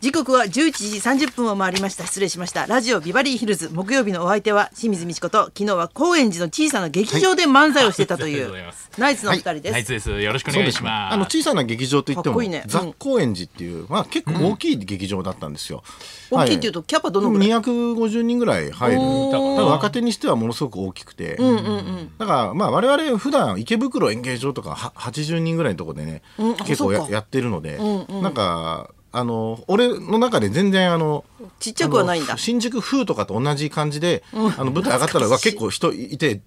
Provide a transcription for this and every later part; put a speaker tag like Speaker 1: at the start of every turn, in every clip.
Speaker 1: 時刻は11時30分を回りました失礼しましたラジオビバリーヒルズ木曜日のお相手は清水美智子と昨日は高円寺の小さな劇場で漫才をしてたという、
Speaker 2: はいありがとうございます
Speaker 1: ナイツのお二人です、
Speaker 2: ナイツです。よろしくお
Speaker 3: そう
Speaker 2: 願
Speaker 3: で
Speaker 2: い
Speaker 3: す
Speaker 2: し
Speaker 3: ね。
Speaker 2: ます。
Speaker 3: あの小さな劇場といって
Speaker 1: かっ
Speaker 3: も、
Speaker 1: こいいねうん
Speaker 3: 雑高円寺っていうまあ結構大きい劇場だったんですよ。
Speaker 1: 大きいっていうとキャパどのぐらい、
Speaker 3: 250人ぐらい入る
Speaker 1: おー
Speaker 3: 多分若手にしてはものすごく大きくて、だからまあ我々普段池袋演芸場とかは80人ぐらいのとこでね、
Speaker 1: うんあ
Speaker 3: 結構
Speaker 1: そ
Speaker 3: や
Speaker 1: っか
Speaker 3: やってるので、なんかあの俺の中で全然あの
Speaker 1: ちっちゃくはないんだ
Speaker 3: あの新宿風とかと同じ感じで、あの舞台上がったらうわ結構人いて、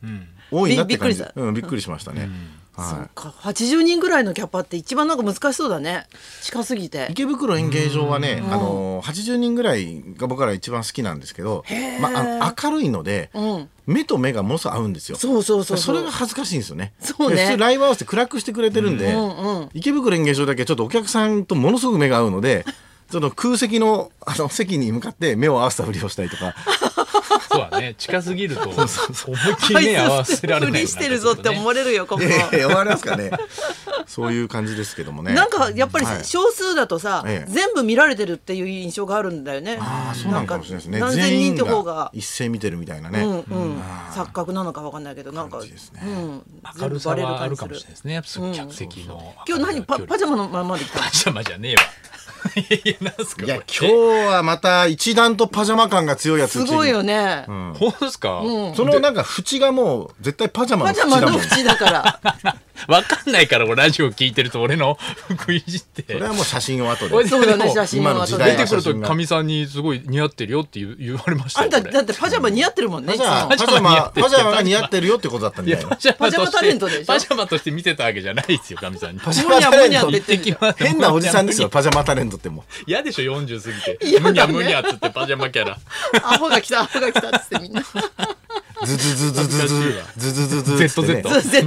Speaker 3: 多いなって感
Speaker 1: びびっくり
Speaker 3: じ
Speaker 1: した
Speaker 3: うん、びっくりしましたね。はい
Speaker 1: か80人ぐらいのキャパって一番なんか難しそうだね近すぎて
Speaker 3: 池袋演芸場はね、あの80人ぐらいが僕ら一番好きなんですけど、まあ、あの明るいので、
Speaker 1: ん
Speaker 3: 目と目がものすごい合うんですよ。
Speaker 1: そうそうそう
Speaker 3: それが恥ずかしいんですよね。
Speaker 1: そうね
Speaker 3: で普通ライブハウスって暗くしてくれてるんで、池袋演芸場だけちょっとお客さんとものすごく目が合う ので、その空席のあの席に向かって目を合わせたふりをしたり とか、
Speaker 2: そうだね。近すぎると思いっきり目合わせられ
Speaker 1: ふ
Speaker 2: ないようになっちゃうね。
Speaker 1: りしてるぞって思われるよここ、
Speaker 3: ええ終わりますかね。そういう感じですけどもね。
Speaker 1: なんかやっぱり
Speaker 3: はい
Speaker 1: 少数だとさ、
Speaker 3: ええ
Speaker 1: 全部見られてるっていう印象があるんだよね。
Speaker 3: あーそうなのかもしれないですね。
Speaker 1: なんか何千人って
Speaker 3: 全
Speaker 1: 方
Speaker 3: 員
Speaker 1: が
Speaker 3: が一斉見てるみたいなね。
Speaker 1: うんうん、錯覚なのかわかんないけどなんか、
Speaker 3: 感じですね
Speaker 1: うん、
Speaker 2: 明るさはあるかもしれない
Speaker 1: る
Speaker 2: ですね。やっぱその客席の。
Speaker 1: 今日何パパジャマのままで来 た
Speaker 2: パジャマじゃねえわ。いやいや、なんすか。
Speaker 3: いや
Speaker 2: こ
Speaker 3: 今
Speaker 2: れ
Speaker 3: 日はまた一段とパジャマ感が強いやつ
Speaker 1: すごいよね、
Speaker 2: えほんとですか
Speaker 3: うちにそのなんか縁がもう絶対パジャマの
Speaker 1: パジ
Speaker 3: 縁
Speaker 1: ャマ
Speaker 3: だ
Speaker 1: の
Speaker 3: もんそ
Speaker 1: 縁だから
Speaker 2: わかんないから、俺ラジオ聞いてると俺の 服いじって。
Speaker 3: れはもう写真を後
Speaker 2: これ
Speaker 3: で
Speaker 1: そうだね写真
Speaker 3: 今
Speaker 1: を
Speaker 3: の
Speaker 1: 後
Speaker 3: 時
Speaker 1: で
Speaker 3: 代
Speaker 2: 出
Speaker 3: は
Speaker 2: てくる
Speaker 3: 写
Speaker 2: と
Speaker 3: 真が
Speaker 2: かみさんにすごい似合ってるよって言う言われました
Speaker 1: あん
Speaker 2: よ。
Speaker 1: た
Speaker 2: 俺
Speaker 1: だってパジャマ似合ってるもんね
Speaker 3: パ
Speaker 1: いつ
Speaker 3: ジャマパ
Speaker 1: も
Speaker 3: ジャマパジャマが似合ってるよってことだったん
Speaker 2: い
Speaker 3: だ
Speaker 2: や
Speaker 3: よ
Speaker 2: パジャマ
Speaker 1: パ
Speaker 2: として
Speaker 1: ジャマタレントでしょ
Speaker 2: パジャマとして見てたわけじゃないですよ、かみさんに。
Speaker 1: もにゃもにゃって言ってるじゃん
Speaker 3: 変なおじさんですよパジャマタレントっても
Speaker 2: 嫌でしょ40過ぎ
Speaker 1: 嫌だね
Speaker 2: てむにゃむにゃっつってパジャマキャラ
Speaker 1: アホが来たアホが来たっつってみんな
Speaker 3: うズズズズズズズズズズズ
Speaker 2: ZZ
Speaker 1: そう ZZ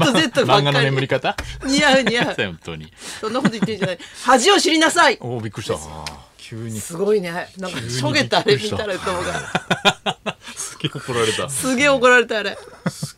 Speaker 1: ばっかり
Speaker 2: 漫画の眠り方
Speaker 1: 似合う似合う
Speaker 2: 本当に
Speaker 1: そんなこと言ってんじゃない恥を知りなさい
Speaker 2: おおびっくりした 急にす
Speaker 1: すごいねなんかしょげたあれ見たらと思うから
Speaker 2: げえ怒られた
Speaker 1: すげえ怒られたあれ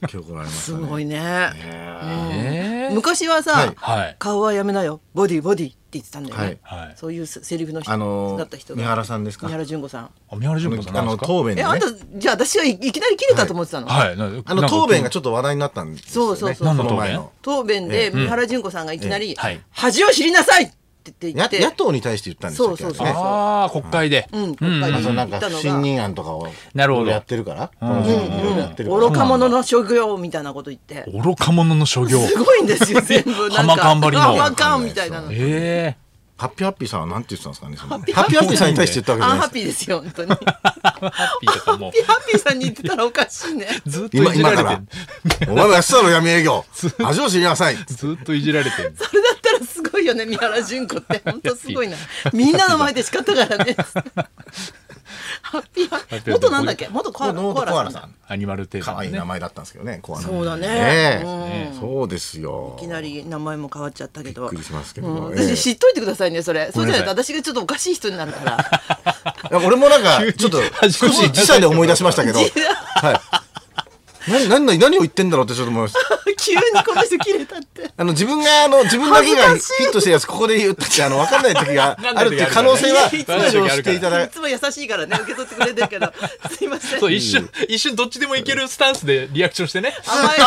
Speaker 3: 今日怒られまし
Speaker 1: す
Speaker 3: たね
Speaker 1: ごいね
Speaker 2: えー
Speaker 1: 昔はさ、
Speaker 3: はい
Speaker 2: はい
Speaker 1: 顔はやめなよボディボディって言ってたんだよね、
Speaker 3: はい
Speaker 2: はい
Speaker 1: そういうせセリフの人、
Speaker 3: あの
Speaker 1: だった人
Speaker 3: ー三原さんですか
Speaker 1: 三原淳子さん
Speaker 2: あ宮原
Speaker 3: あ
Speaker 2: 淳子さんなんで
Speaker 3: の
Speaker 2: すか
Speaker 3: 答弁
Speaker 1: え、
Speaker 3: の
Speaker 1: あん
Speaker 3: ね
Speaker 1: たじゃあ私がいいきなり切れたと思ってたの、
Speaker 2: はいなんか
Speaker 3: あの答弁が
Speaker 2: なんか
Speaker 3: ちょっと話題になったんです
Speaker 1: そ
Speaker 3: よ
Speaker 1: う
Speaker 3: ね
Speaker 1: そうそう
Speaker 2: 何の
Speaker 3: こ
Speaker 2: 答
Speaker 3: 前
Speaker 2: 弁
Speaker 3: の
Speaker 1: 答弁で三原淳子さんがいきなり、
Speaker 2: はい
Speaker 1: 恥を知りなさいって言って
Speaker 3: や野党に対して言ったんですよ
Speaker 1: そうそうそう
Speaker 3: ね
Speaker 2: ああ国会で
Speaker 1: うん国会
Speaker 3: あ
Speaker 1: で
Speaker 3: と
Speaker 1: 言
Speaker 3: な
Speaker 1: っ
Speaker 3: ん
Speaker 1: た
Speaker 3: か
Speaker 1: の
Speaker 3: 不
Speaker 1: が、
Speaker 3: 信任案とかを
Speaker 2: なるほど
Speaker 3: やってるからこの時期いろいろやってるから
Speaker 1: 愚か者の職業みたいなこと言って
Speaker 2: 愚か者の所業
Speaker 1: すごいんです よ全部なんか
Speaker 2: 浜頑張りの
Speaker 1: 浜かんみたいなの
Speaker 2: ええ
Speaker 3: ハッピーハッピーさんはなんて言ってたんですかねそのハ
Speaker 1: ッピー
Speaker 3: ッピーハッピーさんに対して言った
Speaker 1: アン
Speaker 3: わ
Speaker 1: ハッ
Speaker 3: け
Speaker 1: ピーですよ本当にハ
Speaker 2: ハッピーとかも
Speaker 1: ッピーハッピーさんに言ってたらおかしいね
Speaker 2: ずっと
Speaker 3: じゃないいです
Speaker 2: じ
Speaker 3: から今
Speaker 2: れ
Speaker 3: 今
Speaker 2: て
Speaker 3: か
Speaker 2: ん
Speaker 3: らお前もやってたろ闇営業恥を知りなさい
Speaker 2: ずっといじられてる
Speaker 1: それだったらすごいよね三原淳子って本当すごいなみんなの前で仕方 からねハッピーハッピー元なんだっけ元コアラ
Speaker 3: ノー
Speaker 1: コ
Speaker 3: ト
Speaker 1: ア
Speaker 3: コア
Speaker 1: ラ
Speaker 3: ラ
Speaker 1: さ
Speaker 3: さ
Speaker 1: ん
Speaker 3: ん
Speaker 2: アニマルテー
Speaker 3: 可
Speaker 2: マ
Speaker 3: 愛い
Speaker 2: ね
Speaker 3: 名前だったんですけどねコアラ
Speaker 1: そうだね
Speaker 3: ねえ
Speaker 1: うん
Speaker 3: そうですよ
Speaker 1: いきなり名前も変わっちゃったけど
Speaker 3: びっくりしますけ
Speaker 1: う
Speaker 3: ど
Speaker 1: ん
Speaker 3: も、ええ
Speaker 1: 私知っといてくださいねそれそうじゃないと
Speaker 3: ごめん
Speaker 1: 私がちょっとおかしい人になるから
Speaker 3: いや俺もなんかちょっと
Speaker 2: 初
Speaker 3: 少
Speaker 2: めて
Speaker 3: し時差で思い出しましたけどはいな何何何を言ってんだろうってちょっと思いました
Speaker 1: 急にこの人切れたって
Speaker 3: あの自分があの自分だけが
Speaker 1: 恥ずかしい
Speaker 3: ヒットしてるやつここで言ったってあの分かんない時があるっていう可能性は
Speaker 2: 分
Speaker 3: 排
Speaker 2: かんない時あるからね
Speaker 3: 除していただ
Speaker 1: いつも優しいからね受け取ってくれてるけどすいません
Speaker 2: そう
Speaker 1: 甘え
Speaker 2: 一瞬一瞬どっちでもいけるスタンスでリアクションしてね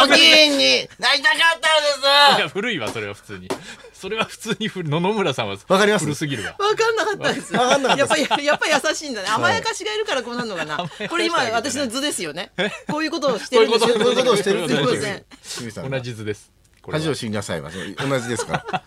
Speaker 1: おき
Speaker 3: になりたかったん
Speaker 2: いや古いわそれは普通にそれは普通に古い野々村さんは
Speaker 3: わかります
Speaker 2: 古すぎるわ
Speaker 1: 分かんなかったです。
Speaker 3: わかんなかったです
Speaker 1: やっぱり、やっぱり優しいんだね。甘やかしがいるからこうなるのかな。これ今、私の図ですよね。こういうことをしてるんですよ。
Speaker 2: こういうことをしてる
Speaker 1: すいません。
Speaker 3: です清水さん
Speaker 2: 同じ図ですこれは
Speaker 3: 恥を知りなさいはそう同じですから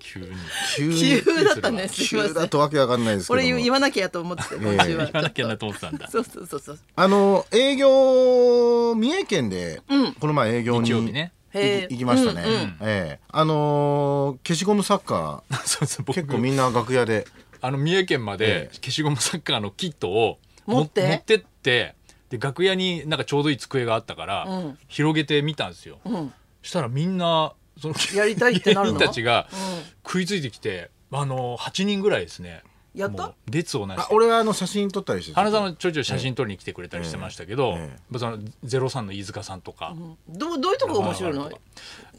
Speaker 2: 急に
Speaker 3: 急に
Speaker 1: 急だったね。すいませ
Speaker 3: 急だ
Speaker 1: ん。
Speaker 3: とわけわかんないですけ
Speaker 1: こ
Speaker 3: ど
Speaker 1: れ
Speaker 3: も
Speaker 1: 言言わなきゃと思ってて、今週は
Speaker 2: 言。わなきゃなと思ってたんだ
Speaker 1: そうそうそうそう。
Speaker 3: あの営業三重県で、
Speaker 1: うん
Speaker 3: この前営業に
Speaker 2: 日曜日ね
Speaker 1: へえ
Speaker 3: 行き行きましたね、
Speaker 1: うんうん
Speaker 3: ええあのー消しゴムサッカー
Speaker 2: そうそう僕
Speaker 3: 結構みんな楽屋で
Speaker 2: あの三重県まで消しゴムサッカーのキットをも
Speaker 1: 持って
Speaker 2: 持ってってで楽屋になんかちょうどいい机があったから、
Speaker 1: うん
Speaker 2: 広げてみたんですよ、
Speaker 1: うん。
Speaker 2: したらみんなその
Speaker 1: やりたいってなるの
Speaker 2: 芸人たちが
Speaker 1: うん
Speaker 2: 食いついてきて、あの8人ぐらいですね
Speaker 1: やっ
Speaker 2: も
Speaker 1: た
Speaker 2: う列をな
Speaker 3: あ
Speaker 2: して
Speaker 3: 俺はあの写真撮ったりして
Speaker 2: 花澤のちょいちょい写真撮りに来てくれたりしてましたけど、
Speaker 3: え
Speaker 2: そのゼロさんの飯塚さんとか、
Speaker 1: どうどういうとこ面白いの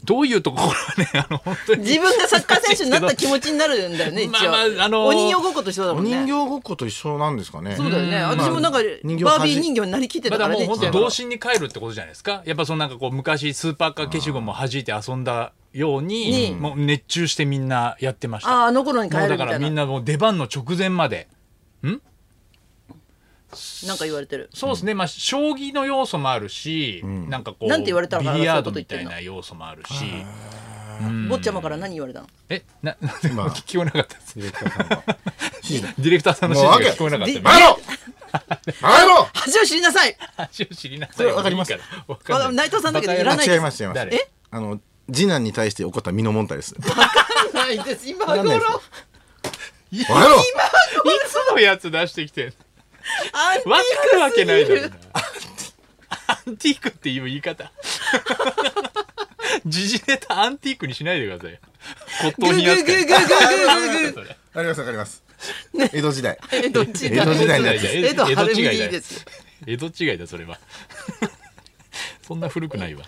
Speaker 2: どういうところはね、あの本当に
Speaker 1: 自分がサッカー選手になった気持ちになるんだよね一応、
Speaker 2: まあまああのー
Speaker 1: お人形ごっこと一緒だも
Speaker 3: お
Speaker 1: んね
Speaker 3: 人形ごっこと一緒なんですかね
Speaker 1: そうだよね、
Speaker 2: うん
Speaker 1: 私もなんか、
Speaker 3: 人形
Speaker 1: バー
Speaker 3: 恥
Speaker 1: ビ
Speaker 3: じ
Speaker 1: ー人形になりきって
Speaker 2: ま
Speaker 1: たから
Speaker 2: だも
Speaker 1: ね
Speaker 2: う本
Speaker 1: ちっち
Speaker 2: 当
Speaker 1: ゃい
Speaker 2: 童
Speaker 1: 頃
Speaker 2: 心に帰るってことじゃないですかやっぱそのなんかこう昔スーパーカー消しゴムを弾いて遊んだようにもう熱中してみんなやってまし
Speaker 1: ああ
Speaker 2: た
Speaker 1: あの頃に帰る
Speaker 2: もう
Speaker 1: み
Speaker 2: だ
Speaker 1: た
Speaker 2: か
Speaker 1: い
Speaker 2: ら
Speaker 1: な
Speaker 2: みん
Speaker 1: な
Speaker 2: なもう出番の直前まで
Speaker 1: んか言われてる
Speaker 2: そうですね、まあ将棋の要素もあるし、なんかこう
Speaker 1: なんて言われたのかな
Speaker 2: ビリヤー
Speaker 1: そ
Speaker 2: ド
Speaker 1: ういう
Speaker 2: み
Speaker 1: こと言って
Speaker 2: た
Speaker 1: ん
Speaker 2: い
Speaker 1: の
Speaker 2: な要素もあるし
Speaker 1: 坊ちゃまから何言われたの
Speaker 2: えななんで
Speaker 3: まあ
Speaker 2: 聞こえなかったです
Speaker 3: ディレクターさんが指示
Speaker 2: ディレクターさんの指示が聞こえなかっ
Speaker 1: もうわ
Speaker 2: た
Speaker 3: 前ろ前ろ
Speaker 1: 恥を知りなさい
Speaker 2: 話を知りな
Speaker 3: そ
Speaker 2: さい
Speaker 3: れわかります
Speaker 2: いいらわかんな
Speaker 1: あ内
Speaker 2: い
Speaker 1: 藤さんだけど
Speaker 2: バカ野郎
Speaker 1: いらないです
Speaker 3: 違います違います
Speaker 2: 誰
Speaker 1: え
Speaker 3: あの次男に対して起こった身の問題です
Speaker 1: ないです今
Speaker 3: わかんないで
Speaker 1: 頃
Speaker 3: す前ろ
Speaker 2: いつのやつ出してきてんの
Speaker 1: アンティーク
Speaker 2: わかるわけないじゃん
Speaker 1: すぎる。
Speaker 2: アンティークっていう言い方。時事ネタアンティークにしないでくださいよ。骨
Speaker 1: グー
Speaker 2: 董
Speaker 1: グー
Speaker 2: 品
Speaker 1: グー
Speaker 2: 扱い。
Speaker 1: グーグーグーグーグー
Speaker 3: ありますわかります江戸時代
Speaker 1: 江戸時代
Speaker 3: 江戸時代のやつ
Speaker 1: 江戸春美いいです
Speaker 2: 江戸違いだ、それは。そんな古くないわ。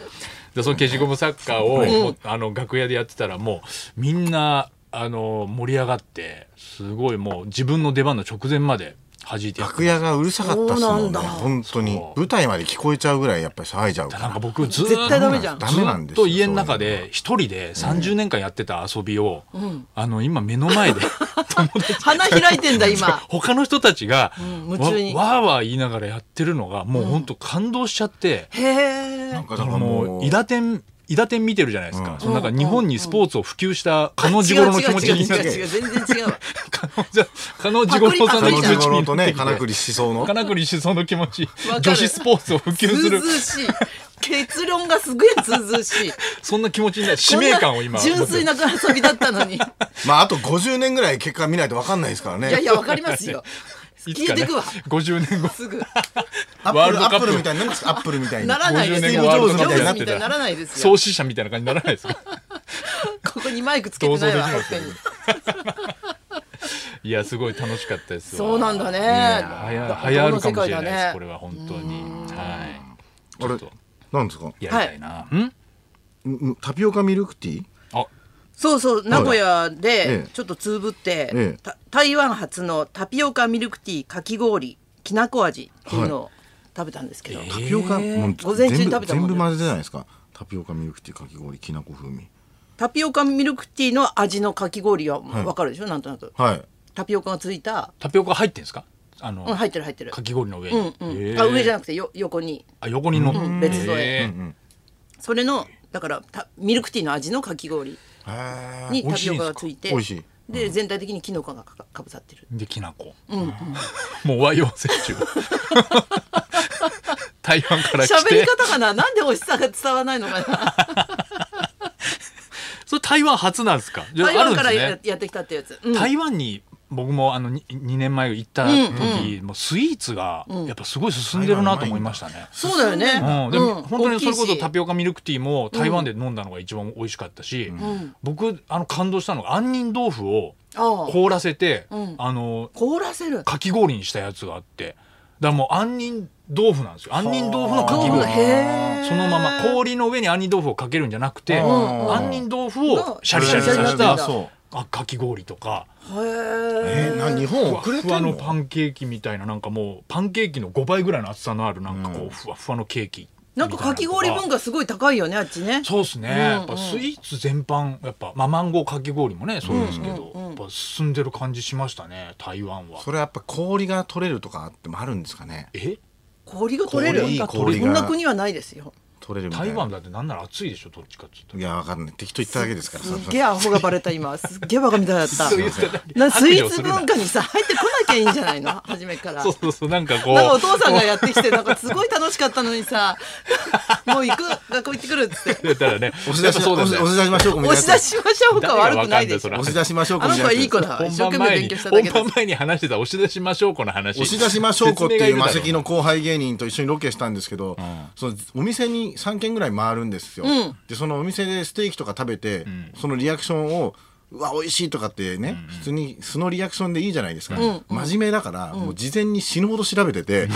Speaker 2: でその消しゴムサッカーを、もうあの楽屋でやってたら、もうみんな、あの、盛り上がって、すごいもう自分の出番の直前まで弾いてやって
Speaker 3: 楽屋がうるさかったっすも
Speaker 1: そうんな
Speaker 3: ね
Speaker 1: んだ
Speaker 3: 本当に
Speaker 2: そう
Speaker 3: 舞台まで聞こえちゃうぐらいやっぱり騒いじゃう
Speaker 2: なん
Speaker 3: か
Speaker 2: か僕ずーっと
Speaker 1: 絶対ダメじゃん
Speaker 3: ダメなんです
Speaker 2: ずっと
Speaker 3: よ
Speaker 2: 家の中で一人で30年間やってた遊びを、あの今目の 前で友達
Speaker 1: 花開いてんだ 今
Speaker 2: 他の人たちが、
Speaker 1: うん夢中に
Speaker 2: わわーわー言いながらやってるのがもう本当感動しちゃって、
Speaker 1: へえ
Speaker 3: なんか
Speaker 2: だ
Speaker 3: だ
Speaker 2: かも
Speaker 3: かららも
Speaker 2: う
Speaker 3: う
Speaker 2: 伊達天伊達天見てるじゃないですか、
Speaker 3: うん
Speaker 2: そのなんか日本にスポーツを普及した加納治五郎の気持ち
Speaker 1: 違う
Speaker 2: に
Speaker 1: 違
Speaker 2: なっ
Speaker 1: う違う
Speaker 2: て
Speaker 1: 違う全然違うわ
Speaker 2: 加納じゃ加納治五郎さんの
Speaker 3: 金
Speaker 2: 気持
Speaker 3: 栗
Speaker 2: ち
Speaker 3: 五郎と
Speaker 2: になって
Speaker 3: ね
Speaker 2: き
Speaker 3: 金
Speaker 2: て
Speaker 3: 栗思想の
Speaker 2: 金栗思想の気持ち
Speaker 1: かる
Speaker 2: 女子スポーツを普及する
Speaker 1: ずうずうしい結論がすごいずうずうしい
Speaker 2: そんな気持ちになる使命感を今
Speaker 1: こんな純粋な遊びだった のにい
Speaker 3: まああと50年ぐらい結果見ないとわかんないですからね
Speaker 1: やいやわかりますよ
Speaker 2: いつ
Speaker 1: 消
Speaker 2: か
Speaker 1: えて
Speaker 2: ね
Speaker 1: くわ、
Speaker 2: 50年後、
Speaker 1: すぐ
Speaker 3: ア
Speaker 2: ワー
Speaker 3: ッ
Speaker 2: ル
Speaker 3: プル
Speaker 2: ド
Speaker 3: ア
Speaker 2: カップ
Speaker 3: ップルみたいになるんですかアップルみたいに
Speaker 1: ならないですよ
Speaker 2: 50年後ワールドカ
Speaker 1: 上
Speaker 2: ップにな
Speaker 1: 手み
Speaker 2: って
Speaker 1: たいにな
Speaker 2: た
Speaker 1: らないですよ
Speaker 2: 創始者みたいな感じにならないで すか
Speaker 1: ここにマイクつけてないわほっぺに
Speaker 2: いや、すごい楽しかったですわ。
Speaker 1: そうなんだね
Speaker 2: はや、はやあるかもしれないです、
Speaker 1: 男の世界だね
Speaker 2: これは本当に。はい。ち
Speaker 3: あ
Speaker 2: ょ
Speaker 3: れ
Speaker 2: っと、
Speaker 3: なんですか
Speaker 2: やりたいな。ん
Speaker 3: んんタピオカミルクティー
Speaker 2: あ、
Speaker 1: そうそう名古屋で
Speaker 3: ええ
Speaker 1: ちょっとつぶって、
Speaker 3: ええ
Speaker 1: た台湾発のタピオカミルクティーかき氷きなこ味っていうのを食べたんですけど、
Speaker 3: タピオカもう
Speaker 1: 午前中に食べたもんね
Speaker 3: 全部全部混ぜてないですかタピオカミルクティーかき氷きなこ風味
Speaker 1: タピオカミルクティーの味のかき氷はわかるでしょ、なんとなく
Speaker 3: はい
Speaker 1: タピオカがついた、
Speaker 2: タピオカ入ってんですかあの、
Speaker 1: うん、入ってる入ってる
Speaker 2: かき氷の上
Speaker 1: うん
Speaker 2: に。
Speaker 1: う
Speaker 2: へ
Speaker 1: ん
Speaker 2: ー
Speaker 1: あ上じゃなくてよ横に
Speaker 2: あ、横にの
Speaker 1: ん別添え
Speaker 2: へー
Speaker 1: それのだからたミルクティーの味のかき氷
Speaker 3: へー
Speaker 1: に
Speaker 2: 美
Speaker 1: タ
Speaker 2: 味
Speaker 1: ピ
Speaker 2: しい
Speaker 1: オ
Speaker 2: ん
Speaker 1: カ
Speaker 2: です
Speaker 1: が
Speaker 2: か
Speaker 1: ついて
Speaker 3: 美味しい
Speaker 1: で全体的にキノコがかかかぶさってる
Speaker 2: で、きなこ。 もう和洋折 衷。台湾から来
Speaker 1: 喋り
Speaker 2: て。
Speaker 1: 方かな なんで美味しさが伝わらないのかな
Speaker 2: それ台湾初なんですかじゃあ
Speaker 1: 台
Speaker 2: あ
Speaker 1: 湾
Speaker 2: るんで
Speaker 1: か
Speaker 2: す
Speaker 1: ら
Speaker 2: ね
Speaker 1: ややってきたってやつ、うん
Speaker 2: 台湾に僕もあの 2, 年前行った時、もうスイーツがやっぱすごい進んでるなと思いましたね。
Speaker 1: そうだよね、
Speaker 2: うん、でも、
Speaker 1: うん
Speaker 2: 本当にそれこ
Speaker 1: 大き
Speaker 2: そ
Speaker 1: いし
Speaker 2: タピオカミルクティーも台湾で飲んだのが一番美味しかったし、僕あの感動したのが杏仁豆腐を
Speaker 1: ああ
Speaker 2: 凍らせて、
Speaker 1: ん
Speaker 2: あの
Speaker 1: 凍らせる
Speaker 2: かき氷にしたやつがあってだからもう杏仁豆腐なんですよ杏仁豆腐のかき
Speaker 1: 豆
Speaker 2: 氷
Speaker 1: 腐へー
Speaker 2: そのまま氷の上に杏仁豆腐をかけるんじゃなくて
Speaker 3: うんうん
Speaker 2: 杏仁豆腐をシャリシャリ
Speaker 1: シャリシャリになっ
Speaker 2: させた
Speaker 1: てんだ
Speaker 3: そう
Speaker 2: あかき氷とか。
Speaker 1: へえ
Speaker 3: えーな日本遅れ
Speaker 2: ふ
Speaker 3: て
Speaker 2: わ
Speaker 3: る
Speaker 2: ふわの
Speaker 3: の
Speaker 2: パンケーキみたいななんかもうパンケーキの5倍ぐらいの厚さのあるなんかこうふわふわのケーキみた
Speaker 1: ないん
Speaker 2: の
Speaker 1: か
Speaker 2: が
Speaker 1: かき氷文化すごい高いよねあっちね
Speaker 2: そうですね、
Speaker 1: んうん
Speaker 2: やっぱスイーツ全般やっぱ、まあ、マンゴーかき氷もねそうですけど、やっぱ進んでる感じしましたね台湾は
Speaker 3: それはやっぱ氷が取れるとかあってもあるんですかね
Speaker 2: え
Speaker 1: 氷が取れる
Speaker 3: 氷が
Speaker 1: こ
Speaker 3: 取れる
Speaker 1: んな国はないですよ
Speaker 3: 取れるみたい
Speaker 2: 台
Speaker 3: な
Speaker 2: 湾だってなんなら暑いでしょどっちかっつった
Speaker 3: いやわかんない適当言っただけですから
Speaker 1: すっげえアホがバレた今すっげえバカみたいだった
Speaker 2: そう言っただけ
Speaker 1: なスイー
Speaker 2: 悪女
Speaker 1: ツ
Speaker 2: するな
Speaker 1: 文化にさ入ってこなきゃいいんじゃないの初めから
Speaker 2: そうそうそうなんかこう
Speaker 1: なんかお父さんがやってきてなんかすごい楽しかったのにさ もう行く学校行ってくるっつって
Speaker 2: だったらね
Speaker 3: 押
Speaker 2: や
Speaker 3: し出
Speaker 2: っ
Speaker 3: し
Speaker 2: ぱそうだ
Speaker 3: 押
Speaker 2: よ
Speaker 3: し
Speaker 2: ね
Speaker 3: 押し出しましょうかみたい
Speaker 1: 押し出しましょう
Speaker 3: なやつ
Speaker 1: かは悪くないでしょ
Speaker 2: 誰がわかんない
Speaker 3: 押し出しましょうか
Speaker 1: あの
Speaker 3: みたい
Speaker 1: 子
Speaker 3: な
Speaker 1: は
Speaker 3: やつ
Speaker 1: いい子だわ
Speaker 2: 本
Speaker 1: 一生懸
Speaker 2: 番
Speaker 1: 命勉
Speaker 2: 前に
Speaker 1: 強しただけ
Speaker 2: 本
Speaker 1: だ
Speaker 2: 番前に話してた押し出しましょうこの話
Speaker 3: 押し出しましょうこって
Speaker 2: 説
Speaker 3: いう
Speaker 2: 明が
Speaker 3: マ
Speaker 2: るだ
Speaker 3: セ
Speaker 2: ろ
Speaker 3: キの後輩芸人と一緒にロケしたんですけど、そのお店に3軒ぐらい回るんですよ、でそのお店でステーキとか食べて、そのリアクションをうわ美味しいとかってね、普通に素のリアクションでいいじゃないですか、真面目だから、もう事前に死ぬほど調べて て、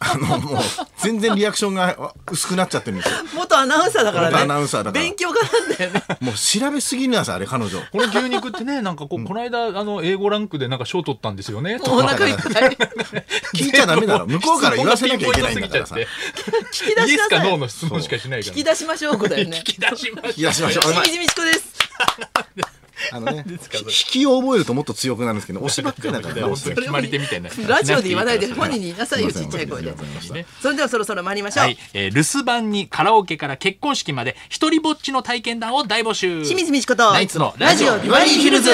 Speaker 3: あのもう全然リアクションが薄くなっちゃってるんですよ
Speaker 1: 元アナウンサーだからね
Speaker 3: 元アナウンサーだから
Speaker 1: 勉強家なんだよね
Speaker 3: もう調べすぎなんですよあれ彼女
Speaker 2: この牛肉って ね、なんかこう、この間、あの、英語ランクでなんか賞取ったんですよね、と
Speaker 1: お腹いっぱ い
Speaker 3: 聞いちゃダメだろ向こうから言わせなきゃいけないんだからさ
Speaker 2: 質問が
Speaker 1: 聞き出
Speaker 2: ピンポイントすぎちゃってイエ
Speaker 1: し
Speaker 2: ス
Speaker 1: な
Speaker 2: か
Speaker 1: さい
Speaker 2: ノーの質問しかしない
Speaker 1: 聞
Speaker 2: から。
Speaker 1: き出しましょうこだよね
Speaker 2: き出しま
Speaker 3: いやしましょう
Speaker 1: 清水美智子です
Speaker 3: あの ね引
Speaker 2: ですかそれ
Speaker 3: きを覚えるともっと強くなるんですけど押しばっかりだからね
Speaker 2: 本当に決まり手みたいな。
Speaker 1: ラジオで言わないで本人に
Speaker 2: に。
Speaker 1: 言いなさいよちっちゃい声で
Speaker 3: わかりました
Speaker 1: それではそろそろ参りましょう、
Speaker 2: はい、えー留守番にカラオケから結婚式まで一人ぼっちの体験談を大募集。
Speaker 1: 清水美智子と
Speaker 2: ナイツの
Speaker 1: ラジオビバリーヒルズ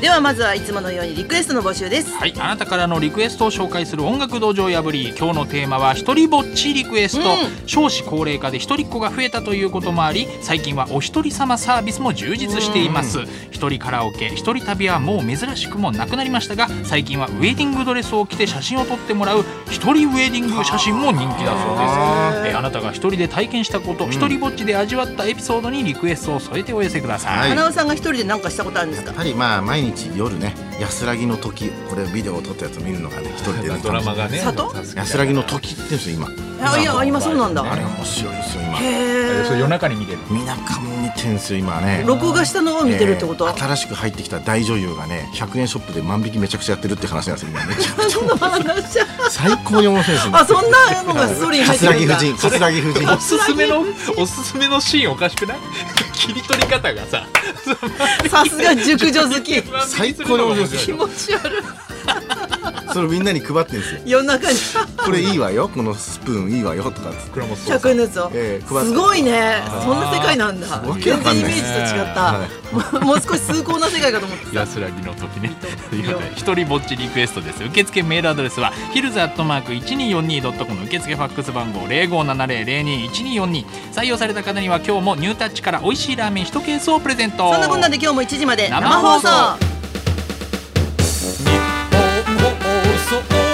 Speaker 1: ではまずはいつものようにリクエストの募集です
Speaker 2: はい、あなたからのリクエストを紹介する音楽道場破り今日のテーマは一人ぼっちリクエスト、少子高齢化で一人っ子が増えたということもあり最近はお一人様サービスも充実しています、一人カラオケ一人旅はもう珍しくもなくなりましたが最近はウェディングドレスを着て写真を撮ってもらう一人ウェディング写真も人気だそうですえあなたが一人で体験したこと、一人ぼっちで味わったエピソードにリクエストを添えてお寄せください、
Speaker 3: はい
Speaker 1: 花尾さんが一人で何かしたことあるんです
Speaker 3: や
Speaker 1: か
Speaker 3: っぱりまあ毎日夜ね安らぎの時これビデオを撮ったやつ見るのがね一人で ね
Speaker 2: がね
Speaker 1: 里
Speaker 3: 安らぎの時って言うんですよ今
Speaker 1: あいや今そうなんだ
Speaker 3: あれ面白いですよ今
Speaker 2: 夜中に見れる
Speaker 3: みなかみにてんすよ今ね
Speaker 1: 録画したのを見てるってこと、
Speaker 3: えー新しく入ってきた大女優がね100円ショップで万引きめちゃくちゃやってるって話なんですよ今 めちゃくち
Speaker 1: そんな話
Speaker 3: ゃ最高に面白いですよ
Speaker 1: あそんなのがストーリーに入って
Speaker 3: 葛
Speaker 1: るん
Speaker 3: 城
Speaker 1: だ
Speaker 3: 夫人葛城夫
Speaker 2: お
Speaker 3: 人
Speaker 2: すすめのおすすめのシーンおかしくない 切り取り方がさ
Speaker 1: さすが熟女好き
Speaker 3: 最高に面白いです
Speaker 1: 気持ち悪
Speaker 3: それみんなに配ってるんですよ
Speaker 1: い夜中に
Speaker 3: これいいわよこのスプーンいいわよとかっつって
Speaker 2: 倉本さん
Speaker 1: 100円のやつを、
Speaker 3: ええ配って
Speaker 1: すごいねそんな世界なんだ
Speaker 3: わけわ
Speaker 1: 全
Speaker 3: かん
Speaker 1: 然イ
Speaker 3: な
Speaker 1: メー
Speaker 3: い
Speaker 1: ジと違った、もうもう少し崇高な世界かと思ってた
Speaker 2: 安らぎの時ねということで一人ぼっちリクエストです受付メールアドレスはヒルズアットマーク 1242.com 受付ファックス番号0570021242採用された方には今日もニュータッチから美味しいラーメン1ケースをプレゼント
Speaker 1: そんなこんなで今日も1時まで
Speaker 2: 生
Speaker 1: 生
Speaker 2: 放
Speaker 1: 放
Speaker 2: 送
Speaker 1: 送
Speaker 2: 日本放送